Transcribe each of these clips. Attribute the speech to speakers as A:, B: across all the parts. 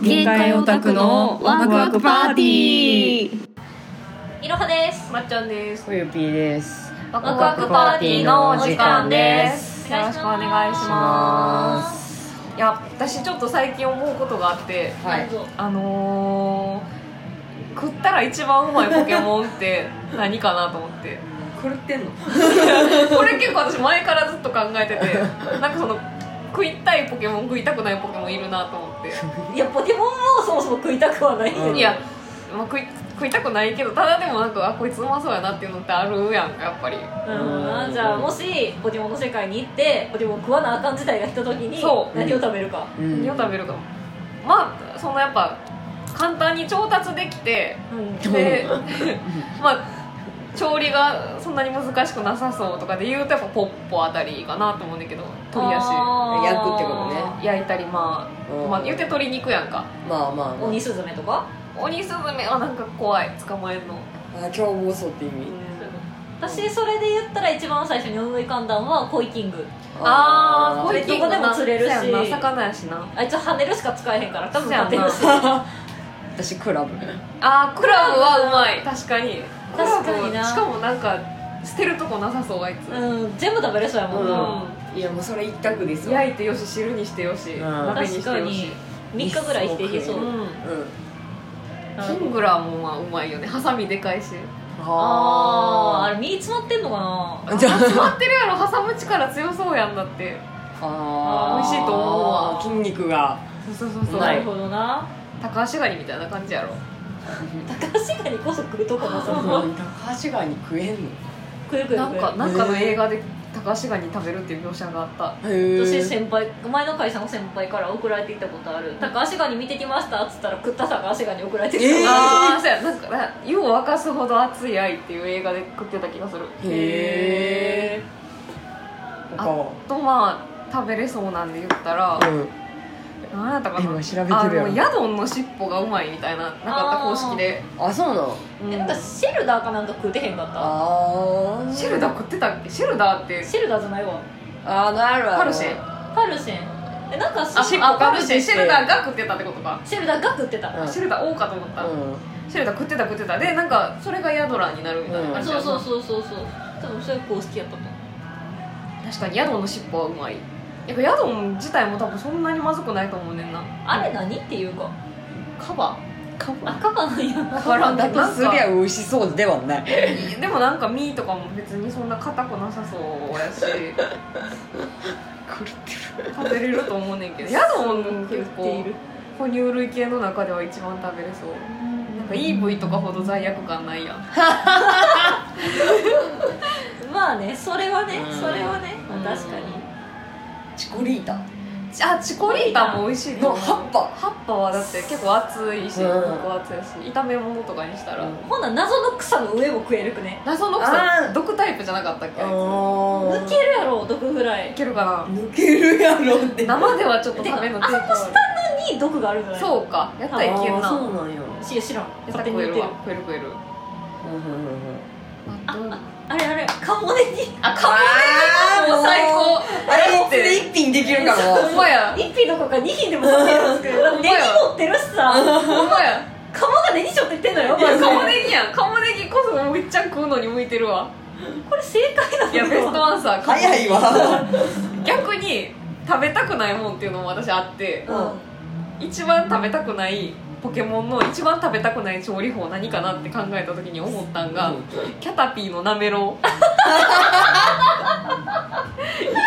A: 限界オタクのワクワクパーティー
B: いろはです
C: まっちゃんです。
A: ふゆぴーです
B: ワク
A: ワ
B: ワクパーティーのお時間です
C: よろしくお願いします。いや、私ちょっと最近思うことがあって、
A: はい
C: あのー、食ったら一番うまいポケモンっ て何かなと思って。
A: 狂っ てんの
C: これ結構私前からずっと考えてて、なんかその、食いたいポケモン、食いたくないポケモンいるなと思って。
B: いやポケモンもそもそも食いたくはない
A: うん
C: いや、まあ、食い食いたくないけど、ただでもなんか、あ、こいつうまそうやなっていうのってあるやんか、やっぱり。
B: うんじゃあもしポケモンの世界に行ってポケモン食わなあかん事態が来た時に
C: そう
B: 何を食べるか
A: うん
C: 何を食べるかもまあそのやっぱ簡単に調達できて
B: うん
C: で まあ調理がそんなに難しくなさそうとかで言うとやっぱポッポあたりかなと思うんだけど鶏やし
B: あー
A: 焼くってことね
C: 焼いたりま
A: う
C: あ
A: ん
C: まあ言うて鶏肉やんか
A: まあまあ、ま
B: オニスズメとか
C: 鬼スズメはなんか怖い捕まえるの
A: あ、あ強暴そうって意味
B: 私それで言ったら一番最初に思い浮かんだんはコイキング
C: ああ
B: ー
C: こ
B: こ
C: う
B: れ
C: いうの
B: どこでも釣れるし
C: そうやんな魚やしな
B: あいつ跳ねるしか使えへんから多
C: そ
B: 分
C: うや
B: 勝
C: ん
B: て
C: な
B: るし
A: 私クラブ
C: あークラブはうまい確かに
B: 確かにな
C: クラブしかもなんか捨てるとこなさそうあいつ
B: うん全部食べれそうやもんな
A: うんいやもうそれ一択ですよ
C: 焼いてよし汁にしてよし、
A: ん
C: 鍋に
B: 確
C: して
B: か
C: よ
B: に
C: し
B: 3日ぐらいしていけそうう
C: うん
A: うん
C: キングラーもまあうまいよねハサミでかいし
B: あああれ身詰まってんのかな
A: じゃあ
C: 詰まってるやろ挟む力強そうやんだって
A: あー
C: 美味しいと思うわ
A: 筋肉が
C: そうそうそうそう、
A: は
B: ないるほどな
C: 高橋ガニみたいな感じやろ
B: 高橋がにこそ食うとかもさ
A: 高橋川に食えんの
B: 食う食う
C: なんか
B: 食う
C: なんかの映画で高橋ガニ食べるっていう描写があった
A: へ
B: 私先輩前の会社の先輩から送られてきたことある「高橋ガニ見てきました」っつったら食った高橋ガニ送られてきた、
A: えー
C: ああそうやなんかな湯を沸かすほど熱い愛っていう映画で食ってた気がする
A: へー他は
C: とまあ食べれそうなんで言ったら、
A: うん
C: 何やったかな
A: 今調べてるやん
C: あのヤドンの尻尾がうまいみたいななかった公式で、
A: あそうなの
C: うん
B: えなんかシェルダーかなんか食うてへんかっ
A: あー
C: シェルダー食ってたっけシェルダーって
B: たシェルダーじゃないわ
A: あーなるわ
C: パルシェ
B: パルシェンえなんか
C: あ
B: シ
C: あパ
A: パル
C: ル
A: シ
C: シェ
A: ェって
C: シェルダーが食ってたってことか、
B: ェルダーが食ってた、
A: うん
C: シェルダー多かと思った、
A: うん
C: シェルダー食ってた食ってたでなんかそれがヤドラーになるみたいな感じ
B: そ
C: や
B: う
C: な
B: そうそうそうそう多分それ公式やったと思う
C: 確かにヤドンの尻尾はうまいやっぱヤドン自体も多分そんなにまずくないと思うねんな
B: あれ何っていうか
C: カバ
A: カ
B: あ
A: バ
B: カバなんや
C: わからん
A: だとすりゃ美味しそうではない
C: でもなんか身とかも別にそんな硬くなさそうやし
A: 狂ってる
C: 食べれると思うねんけどヤドン結構哺乳類系の中では一番食べれそうなんか EV とかほど罪悪感ないやん
B: まあねそれはね
A: うん
B: それはね、まあ
C: うん
B: 確かに
A: チコリータ
C: あチコリータも美味しいと
A: の
C: 思う
A: 葉っぱ
C: 葉っぱはだって結構熱いし
A: うん
C: 結構熱いし炒め物とかにしたら、
A: うん
B: ほんなら謎の草の上も食えるくね
C: 謎の
A: あー
C: 草毒タイプじゃなかったっけあいつ
B: 抜
A: 抜
B: けるやろ毒フライ
C: いけるか
A: 抜けるやろって
C: な生ではちょっと食べるの抵抗あ
B: に毒があるんじゃ
C: る
B: ない
C: そうかやったらいける
A: あーそ
C: な
A: うなん
B: い
A: や
B: や知らん
C: やった
B: 勝
C: ら
B: 手に
C: 食え
B: 言
C: る
B: ってる
C: わ食える食える
A: うんうんうんうん
C: あどう
B: あれあれカモネギ
C: あカ
A: あ
C: モ
A: ー
C: もう最高
A: あれもそれ一品できるか
C: ほん
A: も
C: まや
B: 一品どころか二品でも三品作るだってネギ持ってるしさ
C: ほんまや
B: カモがネギしょって言ってんのよ
C: いやカモ
B: こ
C: ネギやんカモネギこそめっちゃ食うのに向いてるわ
B: れ正解なの
C: いやベストアンサーカモ
A: 早い わ
C: 逆に食べたくないもんっていうのも私あって
A: うん
C: 一番食べたくないポケモンの一番食べたくない調理法何かなって考えた時に思ったんが、キャタピーのなめろういっ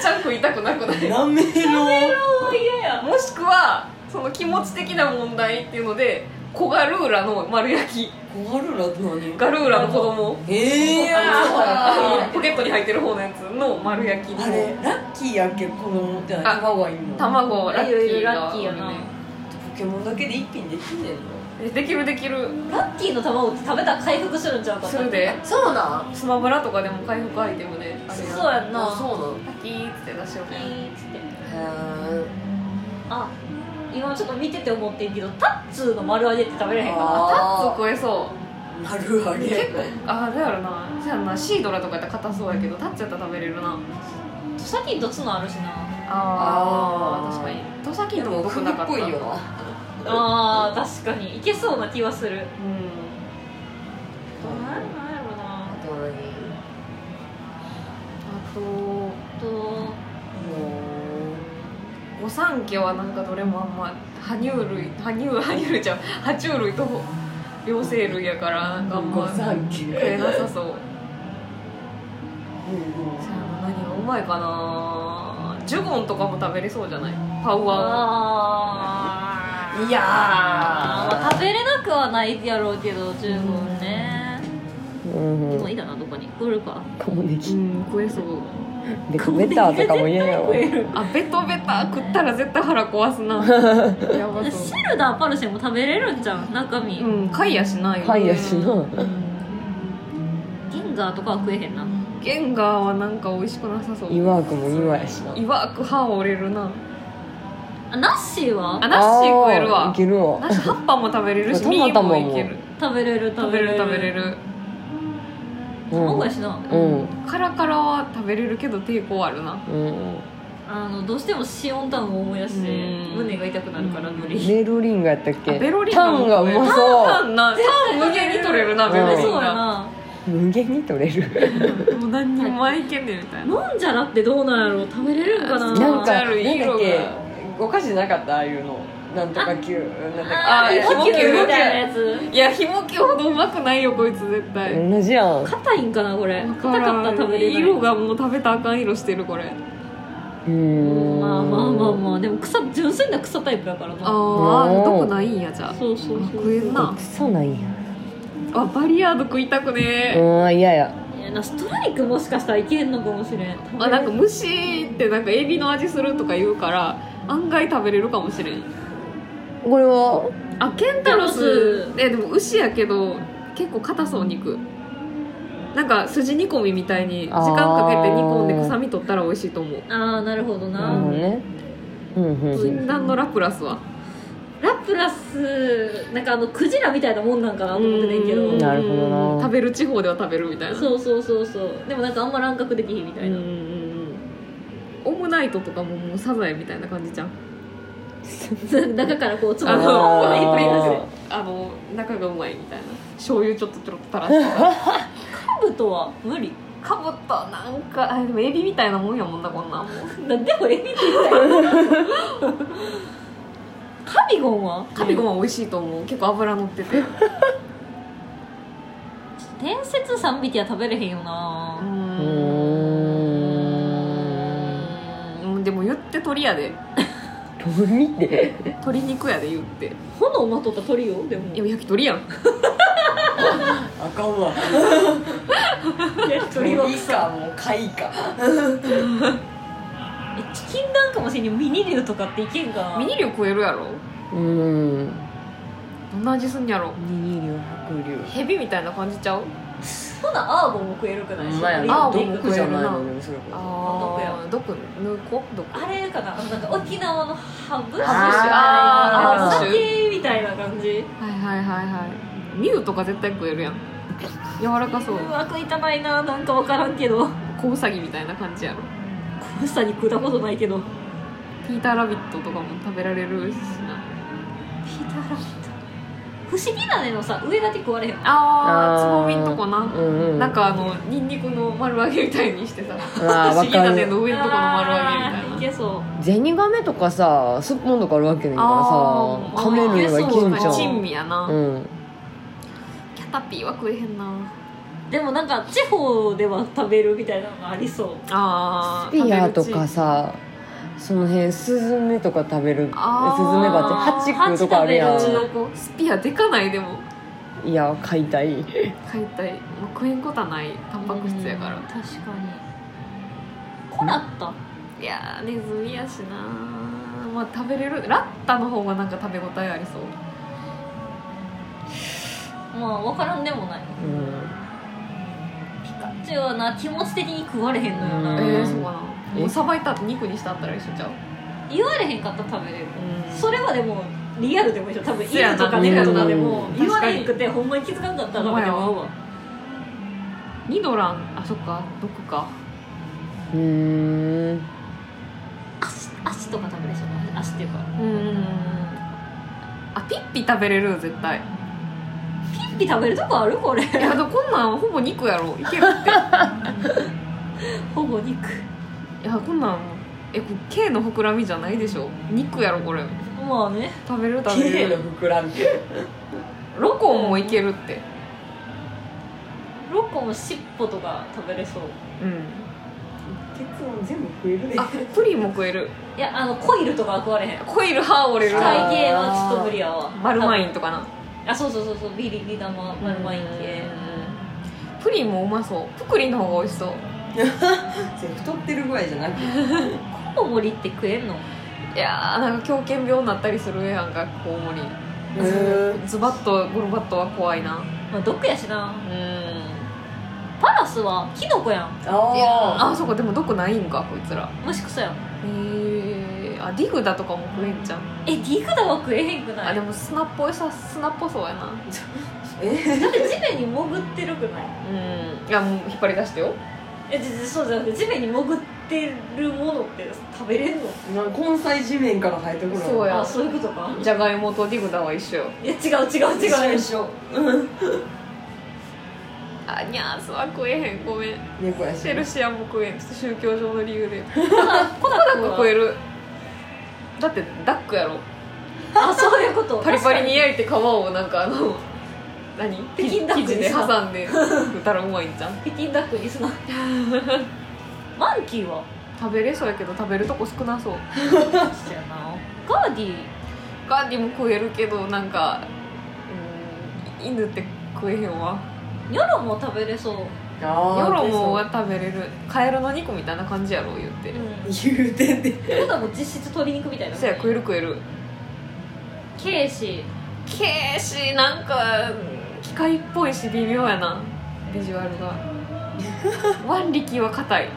C: ちゃん食いたくなくない
A: なめろ
B: うんいやいや
C: もしくはその気持ち的な問題っていうのでコガルーラの丸焼き
A: コアルラって何
C: ガルーラの子供
A: ええ
C: あ
A: あ
C: のポケットに入ってる方のやつの丸焼き
A: あれラッキーやっけ子供ってない
C: あ
A: 卵がいんの
C: 卵ラッキ
B: いろい
C: ー
B: ろ
C: が
B: ラッキーやな
A: ポケモンだけで一品できんねんの
C: えできるできる
B: ラッキーの卵って食べたら回復するんちゃうかな
C: するで
A: そうなん
C: スマブラとかでも回復アイテムねあれ
B: そうやんな
A: あそう
C: ラッキーっつって出しよう
B: ピ
C: ね
B: ーっつって
A: なんへ
B: あ今ちょっと見てて思ってんけどタッツーの丸揚げって食べれへんか
C: タ
A: あー
C: ッツ超えそう
A: え丸揚げ
C: 結構ああだやろなそやんなシードラとかやったら硬そうやけど立っちゃったら食べれるな
B: なサキンとツノあるしな
C: あ
A: あー
C: 確かに土佐金
A: で
C: とも
A: も
C: 毒
A: ふぐ
C: な
A: っ
C: かった
A: ぽいよな
B: あ確かにいけそうな気はするどうなんやろ
C: あ
B: な
C: と何あとも
B: と
C: う御三家はなんかどれもあんま哺乳類哺乳 哺乳類じゃん爬虫類と両生類やからなんかあんま
A: ご
C: 食
A: 三家
C: えなさそうじゃあ何がうまいかなジュゴンとかも食べれそうじゃないパウアー
B: あー
A: いやー
B: まあ食べれなくはないやろうけど十分ね
A: うん
B: でもいいかなどこに来るか
A: カモネギ
C: ん食えそう
A: ベトベターとかも嫌やわ
C: あベトベタ食ったら絶対腹壊すな やばそ
B: シェルダーパルシェも食べれるんじゃん中身、
C: ううん貝やしない
A: 貝やしな
B: ギンガーとかは食えへんな
C: ゲンガーはなんか美味しくなさそう
A: イワークもイワやしな
C: いわく歯折れるな
B: あナッシーは
C: あナッシー食える
A: あー
C: わ
A: いける
C: ナ
A: わ
C: ッシー葉っぱも食べれるし
A: ト
C: ミ
A: マ
C: ー
A: ト
C: も
A: も
C: いける
B: 食べれる
C: 食べれる食べれる
B: 卵やしな、
A: うん
C: カラカラは食べれるけど抵抗あるな
A: うん
B: あのどうしてもシオンタウンを思い出して
C: うん
B: 胸が痛くなるから無理、
A: ベルリンガやったっ
C: あ
A: け
C: ベロリン
A: タ
C: ガも
A: ンがうま
C: タ
A: そ
C: ンなタン無限に取れるな
A: うん
C: ベロリン
B: そうや
C: ガ
B: な
A: う無限に取れる
C: もう何にもいけんねんみたいな
B: 飲んじゃらってどうなんやろう食べれるんかな
A: なんか
C: ある
A: なんだっ
C: 色
A: け
C: が
A: お菓子なかったああいうのなんとか級なんだっけ
B: あ
C: あ
B: ー
C: ー
B: ひも
C: ひもき
B: きゅ
C: ゅう
B: うみたいなやつ
C: いやひもきほどうまくないよこいつ絶対
A: 同じやん
B: 硬いんかなこれ
C: わ
B: 硬
C: か
B: から
C: ん
B: ったら食べれない
C: 色がもう食べたらあかん色してるこれ
A: うーん
B: まあまあまあまあでも草純粋な草タイプだから
C: あー
B: な
C: あ
A: うん
C: どこないんやじゃあ
B: そうそうそ
C: 食え
B: うん
C: な
A: クソないや
C: あバリアード食いたく
A: う
C: ね
A: ーん嫌や
B: いやなストライクもしかしたらいけんのかもしれん
C: あなんか虫ってなんかエビの味するとか言うから案外食べれるかもしれん
A: これは
C: あケンタロスえでも牛やけど結構硬そう肉なんか筋煮込みみたいに時間かけて煮込んで臭み取ったら美味しいと思う
B: ああなるほど
A: なる
B: な
A: ほどねうんうんうん
C: 禁断のラプラスは
B: ラプラスなんかあのクジラみたいなもんなんかなと思ってねんけど
C: うん
A: なるほどな
C: 食べる地方では食べるみたいな
B: そうそうそうそうでもなんかあんま乱獲できひんみた
C: う
B: い
C: んう
B: な、
C: んうんオムナイトとかももうサザエみたいな感じじゃん
B: 中からこうつま
C: あ
B: む
C: の
A: あー
C: いっぱい出してあの中がうまいみたいな醤油ちょっとちょろっと垂らして
B: カブとは無理
C: かぶったなんかあでもエビみたいなもんやもんなこんなんもう
B: なんでもエビみたいな カビゴンは
C: カビゴンは美味しいと思う結構脂乗ってて
B: 伝説3匹は食べれへんよな
A: うーん
C: うんでも言って鳥やで
A: 鳥って
C: 鶏肉やで言って
B: 炎まとった鳥よでも
C: いや焼き鳥やん
A: あかんわ
B: 鳥はえ
A: かもう貝か
B: 禁断かもしれんけどミニ竜とかっていけんかな
C: ミニ量食えるやろ
A: うーん
C: どんな味すんやろ
A: 握りを白竜
C: ヘビみたいな感じちゃう
B: ほなアーボンも食えるくない
C: な
B: アーボン
C: ど
B: も
C: こじゃないの
A: にそれ
C: あー毒ぬこ毒
B: あれかなあのなんか沖縄のハブ酒
C: ー
A: あ
B: ハブ酒みたいな感じ
C: はいはいはいはいミュウとか絶対食えるやん柔らかそう
B: うわ食いたないななんか分からんけど
C: 小ウサギみたいな感じやろ
B: 小さに食ったことないけど
C: ピーターラビットとかも食べられるしな
B: ピーターラビット不思議なねのさ上だけ食われへん
C: あーつぼみんとこな
A: うんうん
C: なんかあのニンニクの丸揚げみたいにしてさ
A: あー
C: 不思議なね
A: わか
C: の上のとこの丸揚げみたい
B: あー
C: ない
B: けそう
A: ゼニガメとかさスッポンとかあるわけねんから
C: あ
A: さ
C: ー
A: カメ類はいけんじ
C: そう
A: ゃ
C: か
A: ん
C: 珍味やな、
A: うん
C: キャタピーは食えへんな
B: でもなんか地方では食べるみたいなのがありそう
C: あ
A: スピアとかさその辺スズメとか食べるスズメ
C: あー
A: バチハチ食うとかあるや
B: ハチ
C: うち
B: 食べ
C: の
A: ん
B: る
C: 子スピアでかないでも
A: いや買いたい
C: 解体もう食えんことはないタンパク質やから、
B: うん確かにコラった
C: いやーネズミやしなまあ食べれるラッタの方がなんか食べ応えありそう
B: まあ分からんでもない
A: うん
B: ピカチュウはな気持ち的に食われへんのよな、
A: うん
C: えー、そうかな
A: え
C: もうさばいたって肉にしたったら一緒ちゃう
B: 言われへんかったら食べれる
C: そ
B: それはでもリアルでもいいじゃん多分
C: せや
B: 犬
C: な
B: とか猫とかでも
C: うん
B: 言われへんくてほんまに気づかんかったら食べてまうわ
C: ニドランあそっか毒か
A: うーん
B: 足足とか食べれそうな足っていうか
C: うんあピッピ食べれる絶対
B: ピッピ食べるとこある これ
C: いやでもこんなんほぼ肉やろいけるって
B: ほぼ肉
C: いやこんなんえこれ K の膨らみじゃないでしょ肉やろこれ
B: まあね
C: 食べる食
A: 綺
C: べ
A: 麗な
C: る
A: 膨らみ
C: ロコもいけるって
B: ロコも尻尾とか食べれそう
C: うん
A: 結論全部食えるね
C: あプリンも食える
B: いやあのコイルとかは食われへん
C: コイル歯折れる
A: は
B: 体系はちょっと無理やわ
C: マルマインとかな
B: あそうそうそうそうビリビリ玉丸マイン系
C: うんプリンもうまそうプクリンの方が美味しそう
A: それ太ってるぐらいじゃなくて
B: コウモリって食えんの
C: いやーなんか狂犬病になったりするやんかコウモリズバッとゴルバットは怖いな
B: まあ毒やしな
C: うん
B: パラスはキノコやん
A: あ
C: いや
A: あ
C: あそこでも毒ないんかこいつら
B: 虫草やん
C: へえあディグダとかも食えんじゃん、
B: えディグダは食えへんくな
C: あ
B: い
C: で
B: だ
C: も砂っぽいさ砂っぽそうやな
A: え
B: って地面に潜ってるくない
C: うんいやもう引っ張り出してよ
B: え全然そうじゃなくて地面に潜ってるものって食べれんの
A: な根菜地面から生えてくる
C: そうや
B: あそういうことか
C: じゃがいもとディグダは一緒よ
B: いや違う違う
A: 一緒
B: 違う
A: 一緒
C: あニャースは食えへんごめん
A: 猫やし
C: シェルシアも食えんちょっと宗教上の理由で
B: コナコナ
C: ダック食え
B: る
C: るだってダックやろ
B: あそういうこと
C: パリパリに焼いて皮をなんかあの何
B: 北京ダッ
C: 生
B: ク
C: 地
B: に
C: で
B: した
C: 挟んで 食ったらうまいんじゃん
B: 北京ダックにすなマンキーは
C: 食べれそうやけど食べるとこ少なそう
B: そうやなガーディ
C: ガーディも食えるけどなんかうん犬って食えへんわ
B: ニョロも食べれそう、
A: あ
C: ヨ
A: ー
C: ロもは食べれるカエルの肉みたいな感じやろ言って
B: うん、
A: 言うてて
B: コナも実質鶏肉みたいな
C: そや食える食える
B: ケイシ
C: ケーシーなんか機械っぽいし微妙やなビジュアル が腕力は硬い
B: ー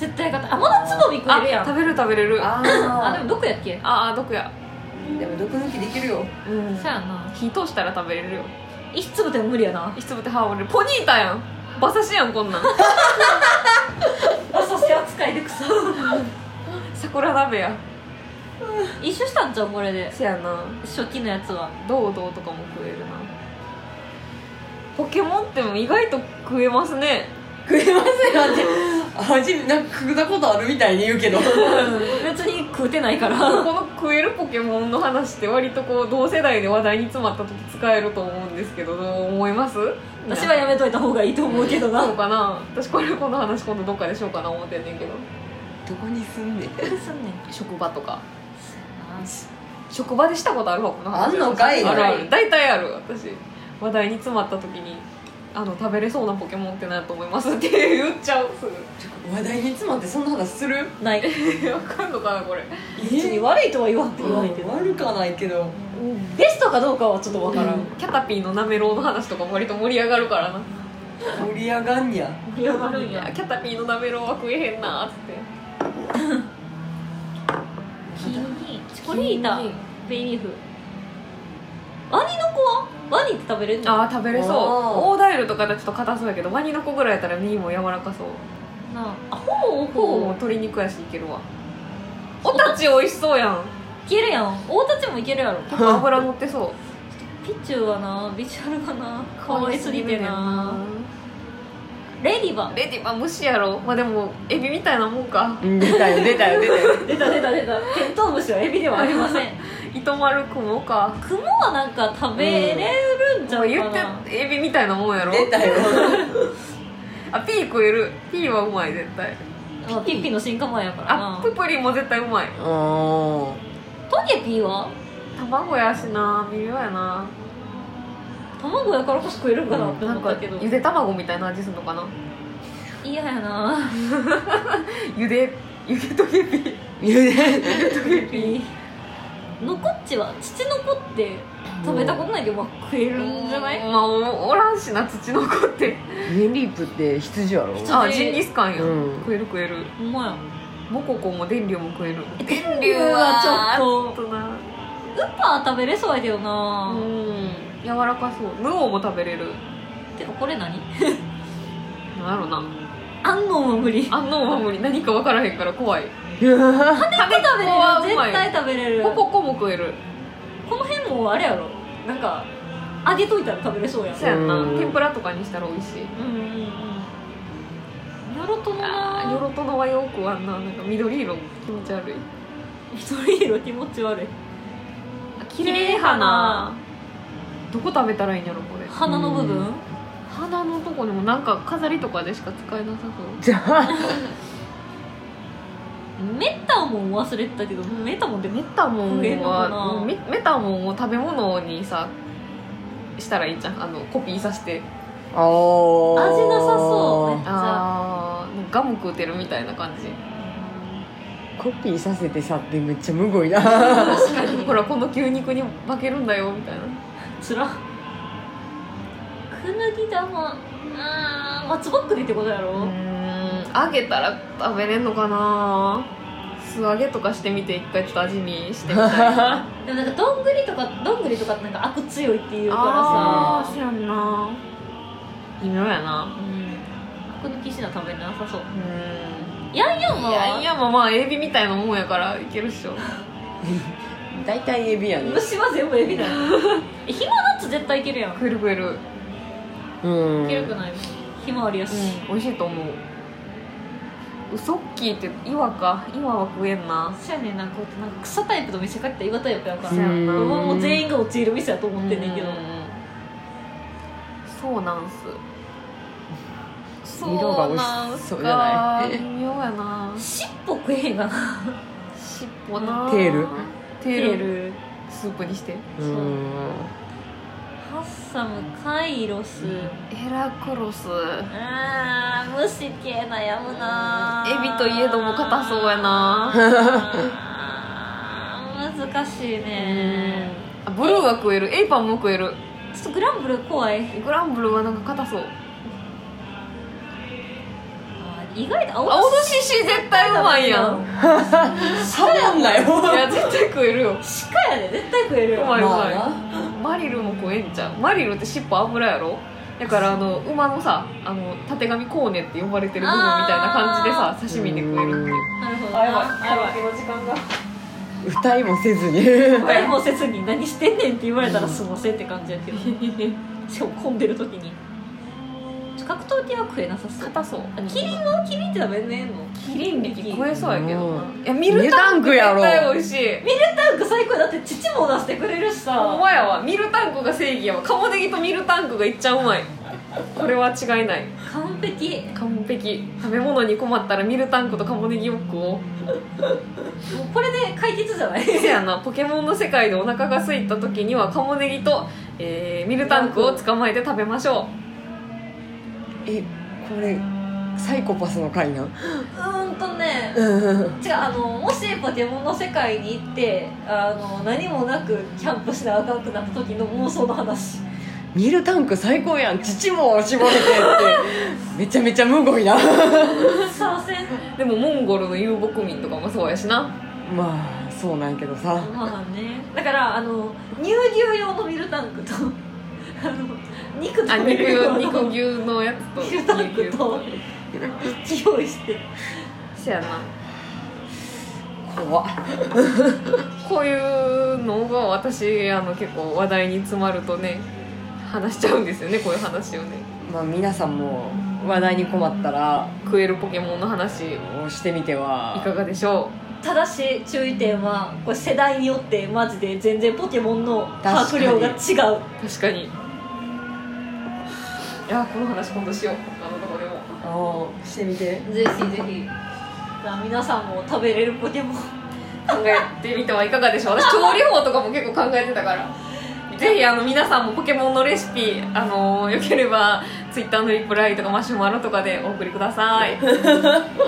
B: 絶対勝ったあまだつぼみ食えるや
C: あ
B: ん
C: 食べる食べれるあ
A: あ
B: あ
A: あ
B: でもどこやっけ
C: あー毒や
A: でも毒抜きできるよ
C: うん
B: そうやな
C: 火通したら食べれるよ
B: 一粒でも無理やな
C: 一粒で歯折れるポニータやん馬刺しやんこんなん
B: 朝せ扱いでくそ
C: 桜鍋や
B: 一緒したんちゃうこれで
C: せやな
B: 初期のやつは
C: 堂々とかも食えるなポケモンっても意外と食えます ね
A: 食えません味味なんか食ったことあるみたいに言うけど
B: 別に食うてないから
C: この食えるポケモンの話って割とこう同世代で話題に詰まった時使えると思うんですけどどう思います
B: 私はやめといた方がいいと思うけどな
C: そうかな私これこの話今度どっかでしようかな思ってんねんけど
A: どこに住んで
B: すんねん
C: 職場とか職場でしたことあるわこの
A: あんのかい
C: あるある大体ある私話題に詰まった時にあの食べれそうなポケモンって何やと思いますって言っちゃうすぐ
A: 話題に詰まってそんな話する
B: ない
C: わかんのかなこれ
B: 別に悪いとは言わんって言わ
A: 悪
B: へん
A: い
B: け
A: け
B: ど
A: ど悪くはないけど
B: ベストかどうかはちょっと分
A: わ
B: か
A: からら
B: ん
A: ん
C: キャタピーのなめろうの話とかも割と盛り上がるからな
A: 盛り上がんにゃ
B: 盛り上がるん
C: い
B: や
C: やキャタピーのなめろうは食えへんなっつって
B: キニチコリータベイリーフワニの子はワニって食べれるの
C: ああ食べれそう
A: あー
C: オーダイルとかだとちょっと硬そうやけどワニの子ぐらいやったら身も柔らかそう
B: なあほ
C: ほうも
B: うほう
C: 鶏肉やしいけるわおたち美味しそうやん
B: いけるやん大たちもいけるやろ
C: 結構脂乗ってそう
B: ピチューはなビジュアルがな可愛すぎてなレディバ
C: レディは虫やろまあでもエビみたいなもんか
A: 出たよ出たよ出たよ
B: 出た出た出たテントウムシはエビではありません
C: 糸丸くもか
B: クモはなんか食べれるんじゃ
C: もう
B: ない
C: 言
B: か
C: っ
B: な、
C: てエビみたいなもんやろ
A: 出たよ
C: あピー食えるピーはうまい絶対
B: まあピッピの進化前やから
C: あ
B: な
C: ププリンも絶対うまい
A: あ
B: トゲピーは
C: 卵やしな微妙やな
B: 卵やからこそ食えるんかなって
C: な
B: 思
C: ん
B: っ
C: か
B: たけど
C: ゆで卵みたいな味するのかな
B: 嫌やな
C: ゆでゆでとげピー
A: ゆで
B: のこっちは父の子って食べたことないけど、まあ、食えるんじゃない
C: まあおおらんしな土の子って
A: メンリープって羊やろ
B: 羊
C: あジンギスカンや、
A: うん
C: 食える食える
B: ほんまや
C: モココも電流も食える
B: 天
C: 竜は
B: はち
C: ちょ
B: ょ
C: っ
B: っと
C: とな
B: ウッパー食べれそうやけど
C: う
B: な、
C: ん柔らかそうヌオも食べれる
B: てかこれ何
C: なんやろな
B: あんのも無理
C: あんのは無理何か分からへんから怖い
A: うわ
C: 食べ
B: 食べれる
C: うま
B: 絶
C: い
B: 対食べれる
C: ポ
B: こ
C: ポコも食える
B: の辺ももあれやろなんか揚げといたら食べれそうやん
C: そうやんな
A: うん
C: 天ぷらとかにしたら美味しい
B: うんうんうんニョロトの
C: あ
B: な
C: ーニョロトノはよくあんななんか緑色気持ち悪い
B: 緑色気持ち悪い
C: 綺
B: 麗花
C: どこ食べたらいいんやろこれ
B: 鼻の部
A: う
B: 分
C: 花のとこにもなんか飾りとかでしか使えなさそう
A: じゃあ
B: メタモン忘れてたけどメタモンって
C: メタモン
B: 食えんのかな
C: はメメタモンを食べ物にさしたらいいじゃんあのコピーさせて
A: あ
B: 味
A: ー
B: なさそうめっちゃ
C: ああガム食うてるみたいな 感じ
A: コピーさせてさってめっちゃむごいな
C: 確かにほらこの牛肉に負けるんだよみたいな
B: つらくぬぎ玉あー松ぼっくりってことやろ、
C: うーん揚げたら食べれんのかな素揚げとかしてみて一回ちょっと味見してみたい な
B: でもなんかどんぐりとかどんぐりとかってなんか悪強いっていうから
C: あ
B: さ
C: ーそうやんな微妙やな
B: うん悪抜きしな食べなさそう
C: うー
B: ヤンヤン
C: んいやい
B: は
C: やまあまあエビみたいなもんやからいけるっしょ
A: 大体エビやね
B: 虫は全部エビだよ えヒマナッツ絶対いけるやんい
C: 食える食える
A: うん
B: けるくないひまわりやし、
C: 美味しいと思うウソッキーって岩か岩は食えんな
B: そうやねんなんかこうなんか草タイプと見せかけた岩タイプやから
A: う
C: そや
A: ん
C: な
B: もうもう全員が陥る店やと思ってんねんけど
C: うそうなんす
A: 色が美味しそうじゃな
C: そ
A: い
C: うなんすか微妙やな
B: 尻尾食えへんがな
C: 尻尾な
A: テール
C: テール
B: テール
C: スープにして
A: うん
B: ハッサムカイロス
C: ヘラクロス
B: あー虫系悩むな
C: エビといえども硬そうやな
B: あー難しいね
C: あブルーは食えるエイパンも食える
B: ちょっとグランブル怖い
C: グランブルーはなんか硬そう
B: あー意外と青
C: 青のシシ絶対うまいやん
A: サボんなよ
C: いや絶対食えるよ
B: 鹿やで絶対食えるよ
C: うまいうまい
A: まあ
C: マリルも食えんじゃんマリルって尻尾油やろだからあの馬のさあのたてがみコーネって呼ばれてる部分みたいな感じでさ刺身で食えるっていう
B: なるほどな
C: あやばい
B: あやばい
C: の時間が
A: 歌いもせずに
B: 解放せずに何してんねんって言われたらすんませんって感じや けどしかも混んでる時にちょ格闘系は食えなさそう
C: 硬そう
B: あキリンはキリンって食べねえの
C: キリン力食えそうやけどな
A: う
C: いやミルタンク
A: ミルタンクやろ
C: 絶対美味しい
B: タンク最高やだって父も出してくれるし
C: お
B: さ
C: 前やわミルタンクが正義やわカモネギとミルタンクがいっちゃうまいこれは違いない
B: 完璧も
C: 完璧食べ物に困ったらミルタンクとカモネギを食おう
B: うこれで解決じゃない
C: せやなポケモンの世界でお腹が空いた時にはカモネギと、えーミルタンクを捕まえて食べましょ
A: えこれサイコパスの回なん
B: うーんとね
A: うん
B: 違うあのもしポケモンの世界に行ってあの何もなくキャンプしなあかんくなった時の妄想の 話
A: ミルタンク最高やん父も絞れてってめちゃめちゃむごいな
B: 参戦
C: うでもモンゴルの遊牧民とかもそうやしな
A: まあそうなんやけどさ
B: まあねだからあの乳牛用のミルタンクとあの肉
C: あ
B: 食べ
C: 肉
B: る用
C: よ
B: の
C: 肉牛のやつと
B: ミルタンクと一致用意して
C: せやな
A: 怖っ
C: こういうのが私あの結構話題に詰まるとね話しちゃうんですよねこういう話をね
A: まあ皆さんも話題に困ったら
C: 食えるポケモンの話い
A: 押してみては
C: かがでしょ
B: ただし注意点はこれ世代によってマジで全然ポケモンの把握量が違う
C: う確かにいやこの話今度しようあのどこでも
A: ああしてみて
B: ぜひぜひじゃあ皆さんも食べれるポケモン
C: 考えてみてはいかがでしょう私調理法とかも結構考えてたからぜひあの皆さんもポケモンのレシピあのよければツイッターのリプライとかマシュマロとかでお送りくださいもう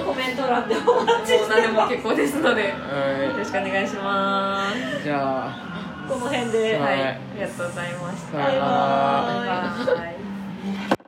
B: コメント欄でお待ちして
C: 何で
B: ま
C: も
B: す
C: 結構ですのでよ
A: は
C: ろしくお願いします
A: いじゃあ
B: この辺で
A: はい
C: ありがとうございました
A: さよ
B: バイ
A: なら
B: バーイ
C: バイバイ